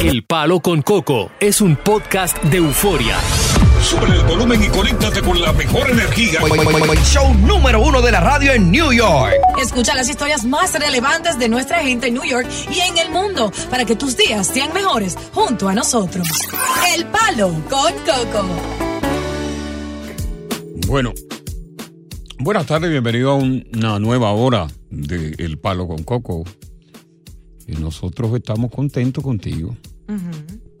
El Palo con Coco es un podcast de euforia. Sube el volumen y conéctate con la mejor energía. Boy, boy, boy, Show número uno de la radio en New York. Escucha las historias más relevantes de nuestra gente en New York y en el mundo para que tus días sean mejores junto a nosotros. El Palo con Coco. Bueno, buenas tardes, bienvenido a un- una nueva hora de El Palo con Coco. Y nosotros estamos contentos contigo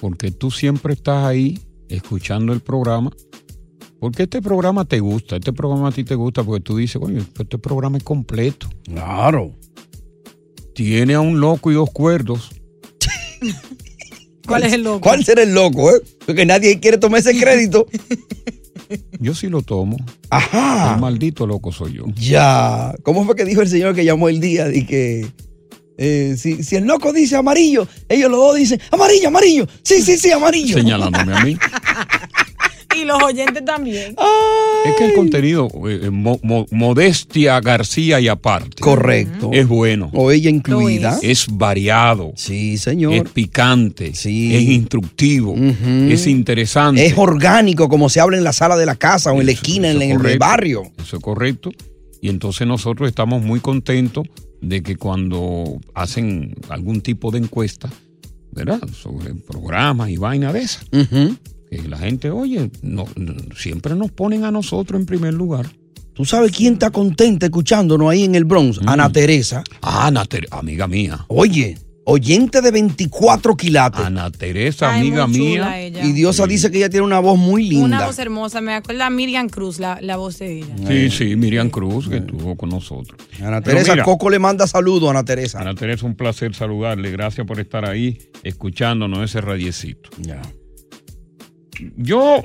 porque tú siempre estás ahí escuchando el programa. Porque este programa te gusta, este programa a ti te gusta porque tú dices, bueno, este programa es completo. Claro. Tiene a un loco y dos cuerdos. ¿Cuál es el loco? ¿Cuál será el loco, eh? Porque nadie quiere tomar ese crédito. Yo sí lo tomo. El Ajá. maldito loco soy yo. Ya. ¿Cómo fue que dijo el señor que llamó el día y que eh, si, si el loco dice amarillo, ellos los dos dicen amarillo, amarillo. Sí, sí, sí, amarillo. Señalándome a mí. Y los oyentes también. Ah. Es que el contenido, eh, eh, mo- mo- modestia García y aparte, Correcto. es bueno, O ella incluida. es variado, Sí, señor. es picante, Sí. es instructivo, Ujú. es interesante. Es orgánico, como se habla en la sala de la casa o en la esquina, Eso en, es la- en el correcto. barrio. Eso es correcto. Y entonces nosotros estamos muy contentos de que cuando hacen algún tipo de encuesta, ¿verdad? Sobre programas y vainas de esas, Ujú. que la gente, oye, no, no- siempre nos ponen a nosotros en primer lugar. ¿Tú sabes quién está contenta escuchándonos ahí en el Bronx? Mm. Ana Teresa. Ah, Ana Ter- amiga mía. Oye, oyente de 24 quilates. Ana Teresa, Ay, amiga muy mía. chula ella. Y Diosa dice que ella tiene una voz muy linda. Una voz hermosa, me acuerda a Miriam Cruz, la, la voz de ella. Sí, sí, Miriam Cruz, que estuvo con nosotros. Ana Pero Teresa, mira, Coco le manda saludos a Ana Teresa. Ana Teresa, un placer saludarle. Gracias por estar ahí escuchándonos ese radiecito. Ya. Yo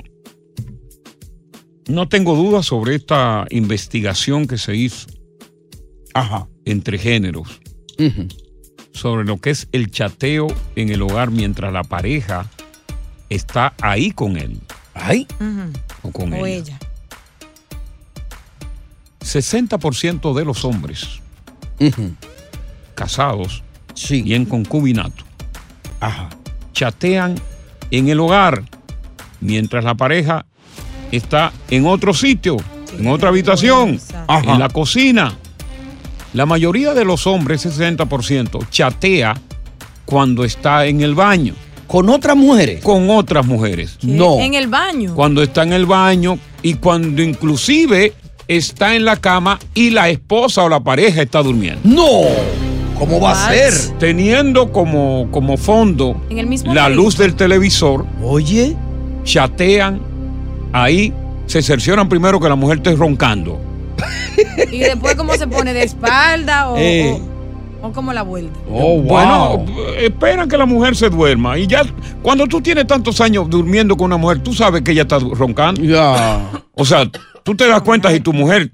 no tengo dudas sobre esta investigación que se hizo Ajá. entre géneros Ujú. sobre lo que es el chateo en el hogar mientras la pareja está ahí con él Ay, Ujú. o con O ella. ella. 60% de los hombres Ujú. casados sí. y en concubinato Ajá. chatean en el hogar mientras la pareja está en otro sitio, en otra habitación, Exacto. Ajá. en la cocina. La mayoría de los hombres, 60%, chatea cuando está en el baño Con otras mujeres. con otras mujeres, ¿Qué? No. En el baño. cuando está en el baño y cuando inclusive está en la cama y la esposa o la pareja está durmiendo. No. ¿Cómo va a What? ser? Teniendo como, como fondo En el mismo la país. luz del televisor, Oye. chatean, ahí se cercioran primero que la mujer esté roncando. Y después cómo se pone de espalda o, Eh. o, o como la vuelta. Oh, wow. Bueno, esperan que la mujer se duerma. Y ya, cuando tú tienes tantos años durmiendo con una mujer, tú sabes que ella está du- roncando. Ya. O sea, tú te das cuenta si tu mujer,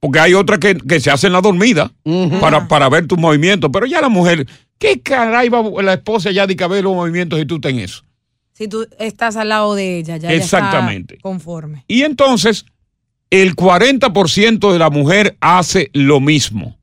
porque hay otras que, que se hacen la dormida Ujú. para, para ver tus movimientos, pero ya la mujer, ¿qué caray va la esposa ya de que ver los movimientos si tú estás en eso? Si tú estás al lado de ella, ya ella Exactamente. está conforme. Y entonces, el 40% de la mujer hace lo mismo.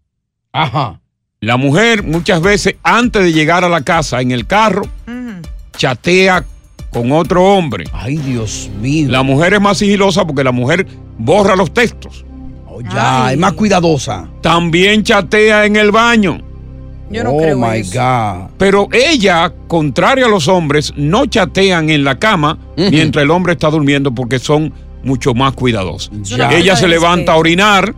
Ajá. La mujer muchas veces antes de llegar a la casa en el carro Ujú. chatea con otro hombre. Ay, Dios mío. La mujer es más sigilosa porque la mujer borra los textos. Oh, ya, Ay. es más cuidadosa. También chatea en el baño. Yo no oh, creo my eso. God. Pero ella, contrario a los hombres, no chatean en la cama Ujú. mientras el hombre está durmiendo porque son mucho más cuidadosos. Es Ya. una Ella falta se de levanta a respeto. orinar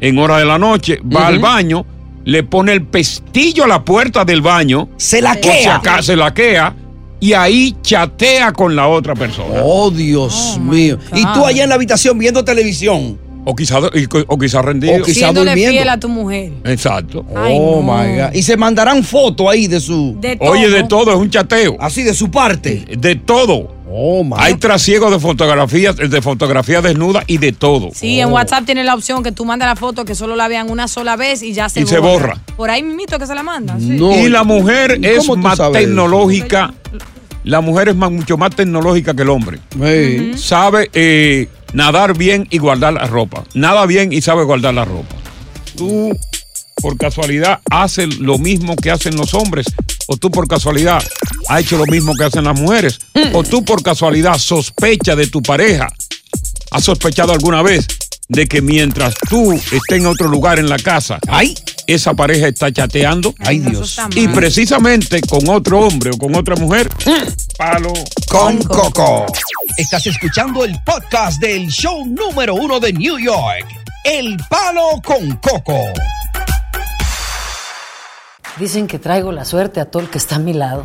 en hora de la noche, va al Ujú. baño, le pone el pestillo a la puerta del baño. Se por si laquea. acá se laquea y ahí chatea con la otra persona. Oh, Dios Oh, my mío. Y tú God. allá en la habitación viendo televisión. O quizás o quizá rendido. O quizá- Siéndole durmiendo. fiel a tu mujer. Exacto. Ay, oh no. my God. Y se mandarán fotos ahí de Ah. su. De todo. Oye, de todo, es un chateo. Así de su parte. De todo. Oh my Hay trasiego de fotografías, de fotografía desnuda y de todo. Sí, en WhatsApp tiene la opción que tú mandas la foto que solo la vean una sola vez y ya se Y se borra. Por ahí mito que se la mandan. sí. No. y la mujer ¿Y es cómo tú más sabes eso? tecnológica. La mujer es más- mucho más tecnológica que el hombre. Hey. Sabe eh, nadar bien y guardar la ropa. Nada bien y sabe guardar la ropa. Tú, por casualidad, haces lo mismo que hacen los hombres. O tú, por casualidad, has hecho lo mismo que hacen las mujeres. Mm. O tú, por casualidad, sospecha de tu pareja. ¿Has sospechado alguna vez de que mientras tú estés en otro lugar en la casa, Ay. esa pareja está chateando? Ay, Eso Dios. está mal. Mm. Y precisamente con otro hombre o con otra mujer, palo. Con Coco. Estás escuchando el podcast del show número uno de New York, El Palo con Coco. Dicen que traigo la suerte a todo el que está a mi lado.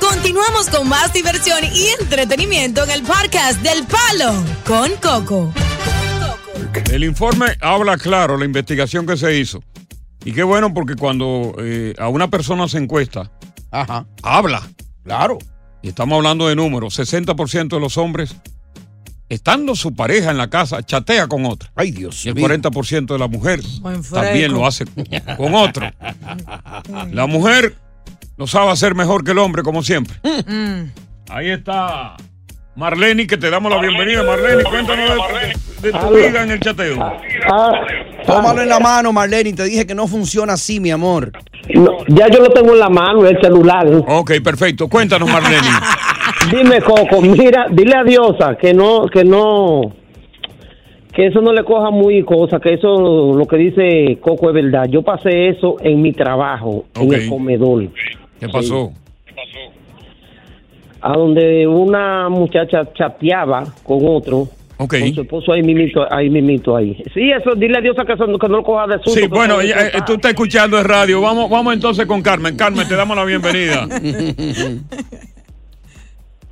Continuamos con más diversión y entretenimiento en el podcast del Palo con Coco. El informe habla claro, la investigación que se hizo. Y qué bueno porque cuando eh, a una persona se encuesta, Ajá. habla. Claro. Y estamos hablando de números. 60% de los hombres, estando su pareja en la casa, chatea con otra. Ay, Dios. Y el mío. 40% de la mujer Buen fresco. también lo hace con otro. La mujer lo sabe hacer mejor que el hombre, como siempre. Mm. Ahí está Marlene, que te damos la bienvenida. Marlene, cuéntanos de, de tu vida en el chateo. Ah, Tómalo en la mano, Marlene. y Te dije que no funciona así, mi amor. No, ya yo lo tengo en la mano, el celular. Ok, perfecto. Cuéntanos, Marlene. Dime, Coco, mira, dile a Diosa que no, que no, que eso no le coja muy cosa, que eso, lo que dice Coco es verdad. Yo pasé eso en mi trabajo, en el Ok. comedor. ¿Qué pasó? a donde una muchacha chateaba con otro. Ok. Con su esposo ahí mimito, ahí mimito ahí. Sí, eso, dile a Dios que, eso- que no lo coja de susto. Sí, que bueno, no le ya, eh, coja. tú estás escuchando el radio. Vamos, vamos entonces con Carmen. Carmen, te damos la bienvenida.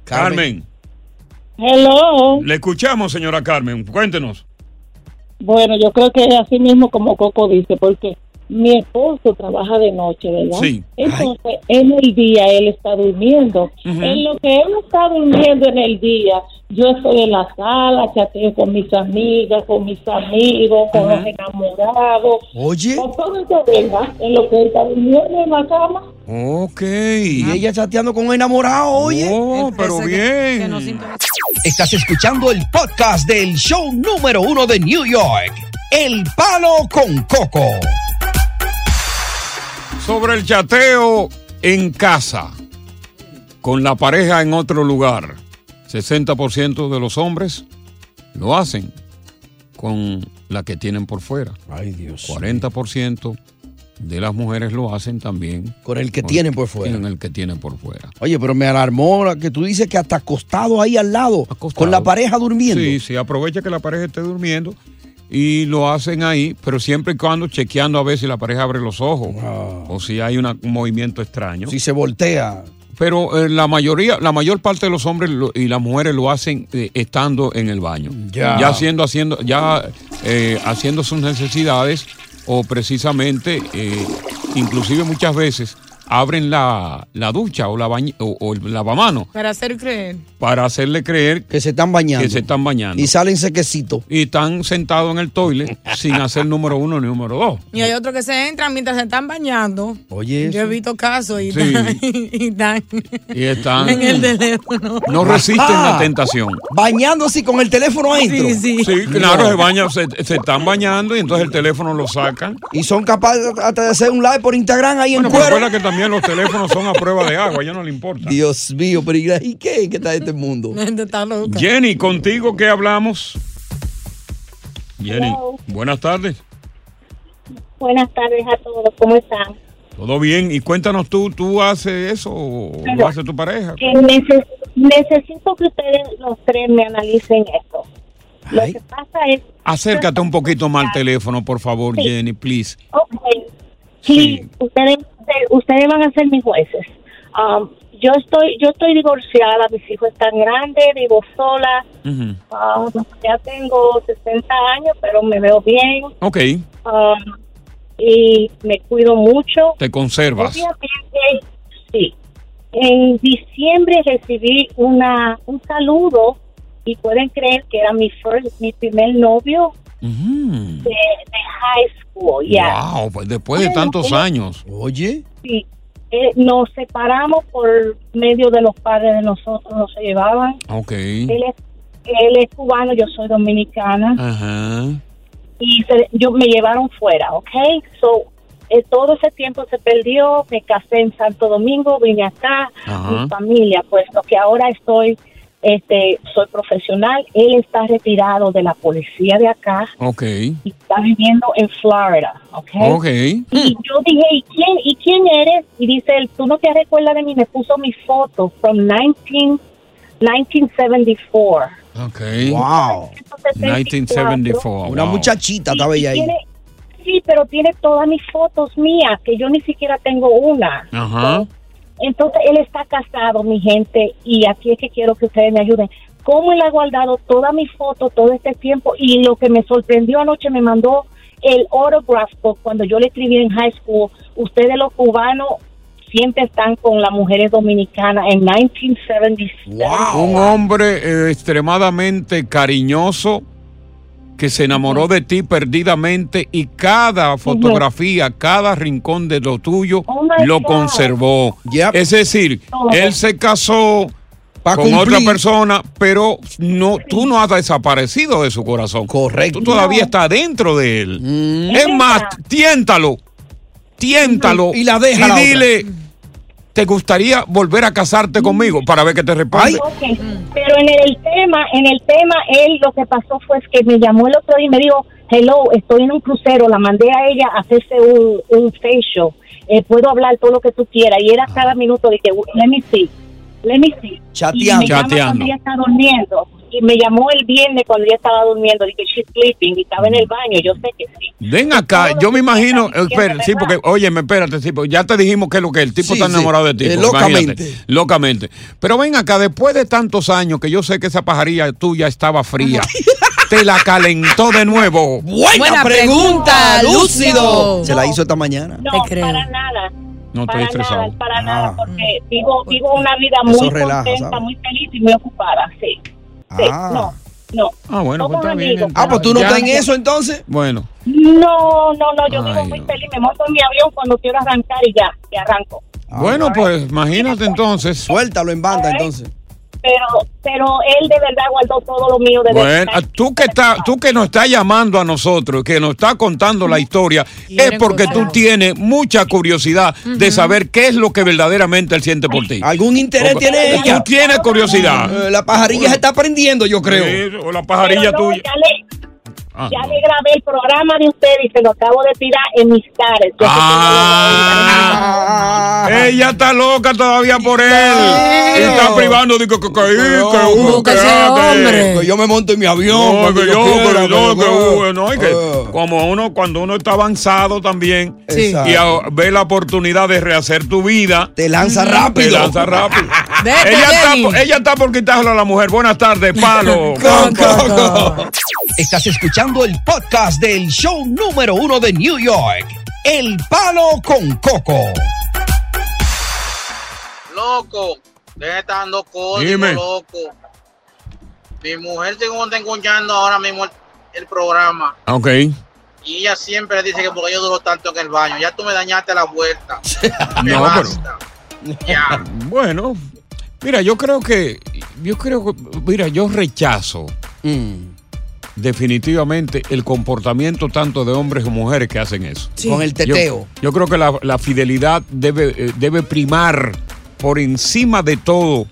Carmen, Hello. le escuchamos, señora Carmen. Cuéntenos. Bueno, yo creo que es así mismo como Coco dice, porque mi esposo trabaja de noche, ¿verdad? Sí. Entonces, en el día él está durmiendo. Ujú. En lo que él está durmiendo en el día, yo estoy en la sala, chateo con mis amigas, con mis amigos, con los enamorados. Oye. Con todo eso, ¿verdad? En lo que él está durmiendo en la cama. Ok. Y ella chateando con un enamorado, Ah, oye. Oh, pero Empresa que- bien. que no sintoniza. Estás escuchando el podcast del show número uno de New York, El Palo con Coco. Sobre el chateo en casa, con la pareja en otro lugar. 60% de los hombres lo hacen con la que tienen por fuera. Ay, Dios. 40% de las mujeres lo hacen también Con el que con- tienen por fuera. Con el que tienen por fuera. Oye, pero me alarmó la que tú dices que hasta acostado ahí al lado, Acostado. con la pareja durmiendo. Sí, sí, aprovecha que la pareja esté durmiendo y lo hacen ahí, pero siempre y cuando chequeando a ver si la pareja abre los ojos o si hay una- un movimiento extraño. Si se voltea. Pero eh, la mayoría, la mayor parte de los hombres lo- y las mujeres lo hacen eh, estando en el baño. Ya. haciendo, haciendo, ya eh, haciendo sus necesidades o precisamente, eh, inclusive muchas veces abren la, la ducha o la bañ- o, o el lavamano Para hacer creer. para hacerle creer Que se están bañando. que se están bañando. Y salen sequecitos. Y están sentados en el toile sin hacer número uno ni número dos. Y hay otros que se entran mientras se están bañando. Oye, Yo he eso. visto casos y Sí. Ah. están, y están Y están, en el teléfono. no resisten la Ah. tentación. bañando así con el teléfono adentro. Sí, sí. Sí, claro, se, bañan, se, se están bañando y entonces el teléfono lo sacan. Y son capaces hasta de hacer un live por Instagram ahí Bueno, pero en cuero. recuerda que también los teléfonos son a prueba de agua, ya no le importa. Dios mío, pero ¿y y qué? ¿Qué está este mundo? La gente está loca. Jenny, contigo qué hablamos. Jenny, Hello. buenas tardes. buenas tardes a todos. ¿Cómo están? Todo bien. Y cuéntanos tú, ¿tú haces eso o lo Pero- hace tu pareja? Eh, neces- necesito que ustedes los tres me analicen esto. Lo que pasa es, Acércate un poquito más al teléfono, por favor, Jenny, please. ok, sí, ustedes, ustedes van a ser mis jueces. Um, yo estoy yo estoy divorciada, mis hijos están grandes, vivo sola, um, ya tengo 60 años, pero me veo bien Ok, um, y me cuido mucho. te conservas. Obviamente, sí. En diciembre recibí una un saludo y pueden creer que era mi first, mi primer novio de, de high school. ya. Wow, pues después de Bueno, tantos eh. años. Oye. Sí. Eh, nos separamos por medio de los padres de nosotros, nos llevaban. Ok. Él es, él es cubano, yo soy dominicana. Ajá. y se- yo me llevaron fuera, ¿ok? So, eh, todo ese tiempo se perdió, me casé en Santo Domingo, vine acá, Ajá. mi familia, puesto que ahora estoy, este, soy profesional, él está retirado de la policía de acá Ok. y está viviendo en Florida, ¿ok? Ok. Y yo dije, ¿y quién, ¿y quién eres? Y dice él, tú no te recuerdas de mí, me puso mi foto from 19, 1974. Ok. Wow. 1974, Una wow. muchachita Sí, estaba y ella ahí. tiene- sí, pero tiene todas mis fotos mías, que yo ni siquiera tengo una. Ajá. Entonces, él está casado, mi gente, y aquí es que quiero que ustedes me ayuden. ¿Cómo él ha guardado todas mis fotos todo este tiempo? Y lo que me sorprendió anoche, me mandó el autograph book cuando yo le escribí en high school. Ustedes los cubanos siempre están con las mujeres dominicanas en 1970. Un hombre eh, extremadamente cariñoso que se enamoró de ti perdidamente y cada fotografía, cada rincón de lo tuyo Oh my lo God. conservó. Es decir, Todo. él se casó con cumplir. otra persona, pero no, tú no has desaparecido de su corazón. Correcto. Tú todavía No. estás dentro de él. Mm. Es más, tiéntalo, tiéntalo Y la deja y la otra. dile. ¿Te gustaría volver a casarte conmigo para ver que te responde? Ok, Pero en el tema, en el tema, él lo que pasó fue que Eh, me llamó el otro día y me dijo, hello, estoy en un crucero, la mandé a ella a hacerse un, un facial, Eh, puedo hablar todo lo que tú quieras. Y era cada minuto de que, let me see, let me see. Chateando. Y me llama Chateando. cuando ella está durmiendo. Y me llamó el viernes cuando ella estaba durmiendo, dije, she's sleeping, y estaba en el baño, yo sé que sí. Ven acá, yo me imagino, espera, sí, ¿verdad? porque, óyeme, espérate, sí, porque ya te dijimos que lo que el tipo Sí, está sí, enamorado de ti. eh, pues, imagínate, locamente. locamente. Pero ven acá, después de tantos años que yo sé que esa pajarilla tuya estaba fría, te la calentó de nuevo. Buena, pregunta, lúcido. Se la hizo esta mañana. No, para nada. No estoy para estresado. nada, para nada, porque vivo, vivo una vida Ah. Eso muy relaja, contenta, ¿sabes? muy feliz y muy ocupada, sí. Sí, Ah. no, no. Ah, bueno, pues Somos está bien, amigos, entonces. Ah, pues tú no Ya. estás en eso, entonces. Bueno, No, no, no, yo Ay, vivo muy feliz, me monto en mi avión cuando quiero arrancar y ya, y arranco. bueno, pues imagínate entonces. Suéltalo en banda entonces. Pero, pero él de verdad guardó todo lo mío de Bueno, ah, tú que, está, tú que nos estás llamando a nosotros, que nos estás contando la historia, es porque tú tienes mucha curiosidad de saber qué es lo que verdaderamente él siente por ti. ¿Algún interés tiene ella? Tú tienes curiosidad. Eh, la pajarilla se está prendiendo, yo creo. o la pajarilla Pero no, Ya le, Ah, ya le grabé el programa de ustedes y se lo acabo de tirar en mis caras. Yo sé que Ah. Ah, Ella está loca todavía por él. Y está privando de que, que, que, que hubo que hombre. Que pues yo me monto en mi avión. No, cuando que yo yo, quiera, que yo, pero que no. Ah. hubo, no, y que como uno, cuando uno está avanzado también Sí. y a- ve la oportunidad de rehacer tu vida, te lanza rápido. Te lanza rápido. Vete, ella, está Jenny. por, ella está por quitarle a la mujer. Buenas tardes, palo. Estás escuchando el podcast del show número uno de New York, El Palo con Coco. Loco, deja de estar dando código, Dime. loco. Mi mujer tengo está escuchando ahora mismo el, el programa ok. y ella siempre dice que porque yo duro tanto en el baño. Ya tú me dañaste la vuelta. No, pero. Bueno, mira, yo creo que. Yo creo que. Mira, yo rechazo. Mm. Definitivamente el comportamiento tanto de hombres como mujeres que hacen eso. Sí. Con el Yo- teteo. Yo, creo que la, la fidelidad debe, eh, debe primar por encima de todo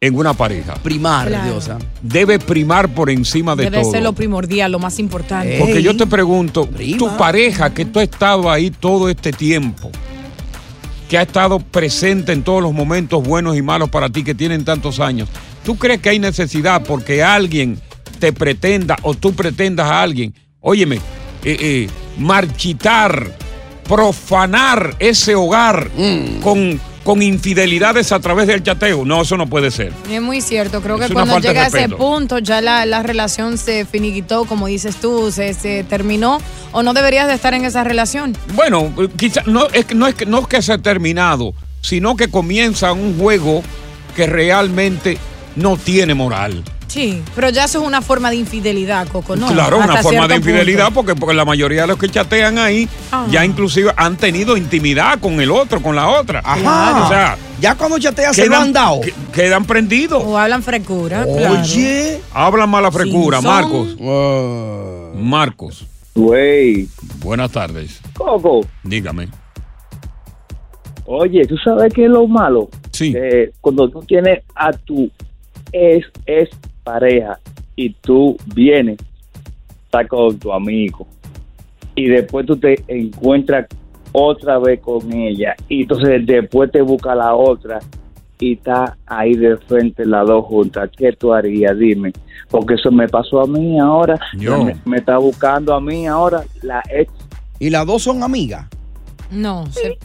en una pareja. Primar, Claro. Diosa. Debe primar por encima de Debe todo. Eh. ser lo primordial, lo más importante. Porque yo te pregunto, tu pareja que tú has estado ahí todo este tiempo, que ha estado presente en todos los momentos buenos y malos para ti que tienen tantos años, ¿tú crees que hay necesidad porque alguien te pretenda o tú pretendas a alguien, óyeme, eh, eh, marchitar, profanar ese hogar con, con infidelidades a través del chateo? No, eso no puede ser. Es muy cierto, creo que Es una cuando falta de llega a ese respeto. punto ya la, la relación se finiquitó, como dices tú, se, se terminó o no deberías de estar en esa relación. Bueno, quizás no es que no es que no es que se ha terminado, sino que comienza un juego que realmente no tiene moral. Sí, pero ya eso es una forma de infidelidad, Coco, Pues ¿no? claro, una Hasta forma de cierto infidelidad punto. porque, porque la mayoría de los que chatean ahí Ah. ya inclusive han tenido intimidad con el otro, con la otra. Ajá. O sea, ya cuando chatea Ah, se lo han dado. Quedan prendidos. O hablan frecura, Oye. Habla mala frecura, Oh, Sin son. Marcos. Marcos. Güey. Buenas tardes. Coco, Dígame. oye, ¿tú sabes qué es lo malo? Sí. Eh, cuando tú tienes a tu ex, ex pareja y tú vienes, estás con tu amigo y después tú te encuentras otra vez con ella y entonces después te busca la otra y está ahí de frente las dos juntas. ¿Qué tú harías? Dime. Porque eso me pasó a mí ahora. Yo. Me, me está buscando a mí ahora la ex. ¿Y las dos son amigas? No, se-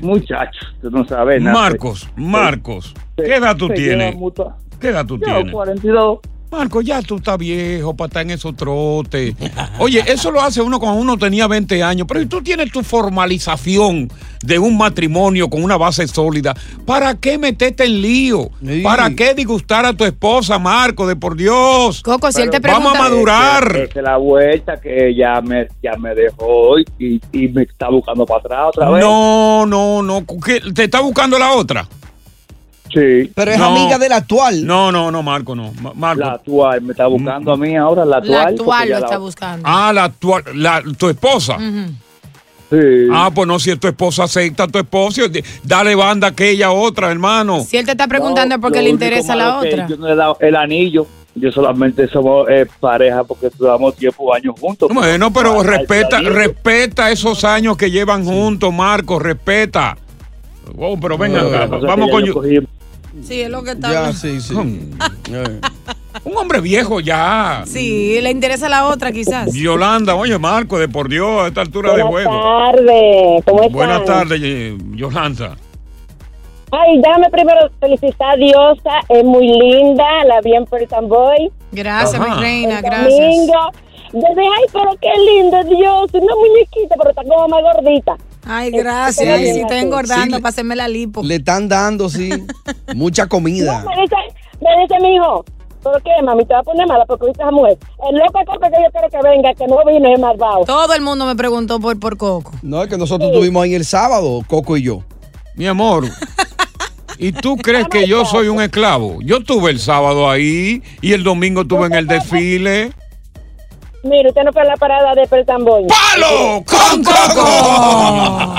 Muchachos, tú no sabes nada. Marcos, Marcos, Se- ¿qué edad tú se tienes? lleva mutua- ¿Qué edad tú Yo, tienes? 42. Marcos, ya tú estás viejo para estar en esos trotes. Oye, eso lo hace uno cuando uno tenía 20 años, pero si tú tienes tu formalización de un matrimonio con una base sólida, ¿para qué meterte en lío? ¿Para qué disgustar a tu esposa, Marco, de por Dios? Coco, si él te Pero- Vamos a madurar. Esa es la vuelta que ya me, ya me dejó y, y- y me está buscando para atrás otra vez. No, no, no. ¿Qué? ¿Te está buscando la otra? Sí. Pero es No. amiga de la actual. No, no, no, Marco, no. Ma- Marco. La actual, me está buscando a mí ahora, la la actual lo está buscando. Ah, la actual, la, tu esposa. Ujú. Ah, pues no, si es tu esposa, acepta a tu esposo. y Dale banda a aquella otra, hermano. Si él te está preguntando por qué Lo le único interesa la malo que otra. Yo no le he dado el anillo. Yo solamente somos eh, pareja porque duramos tiempo, años juntos. Bueno, pero Ah, respeta, el anillo. respeta esos años que llevan juntos, Marco, respeta. Oh, pero venga, No, acá, la cosa es vamos que con ya yo yo- cogí- Sí, es lo que está. Ya, sí, sí. Un hombre viejo ya. Sí, le interesa la otra quizás. Yolanda, oye, Marco, de por Dios, a esta altura de Buenas juego. tardes, ¿cómo están? Buenas tardes, eh, Yolanda. Ay, déjame primero felicitar a Diosa, es muy linda, la vi en Puerto Boy. Gracias, Ajá. mi reina, El gracias. Domingo. Yo dije, ay, pero qué linda, Dios, una muñequita, pero está como más gordita. Ay, Este, gracias. pero Ay, bien, sí, estoy así. engordando Sí, para hacerme la lipo. Le están dando, sí, mucha comida. Me dice, me dice mi hijo, ¿por qué, mami? Te va a poner mala porque viste a esa mujer. El loco Coco que yo quiero que venga, que no vino, es malvado. Todo el mundo me preguntó por, por Coco. No, es que nosotros estuvimos ahí el sábado, Coco y yo. Mi amor. ¿Y tú crees que yo soy un esclavo? Yo estuve el sábado ahí y el domingo estuve en el desfile. Mire, usted no fue a la parada de Pertamboy. ¡Palo con Coco!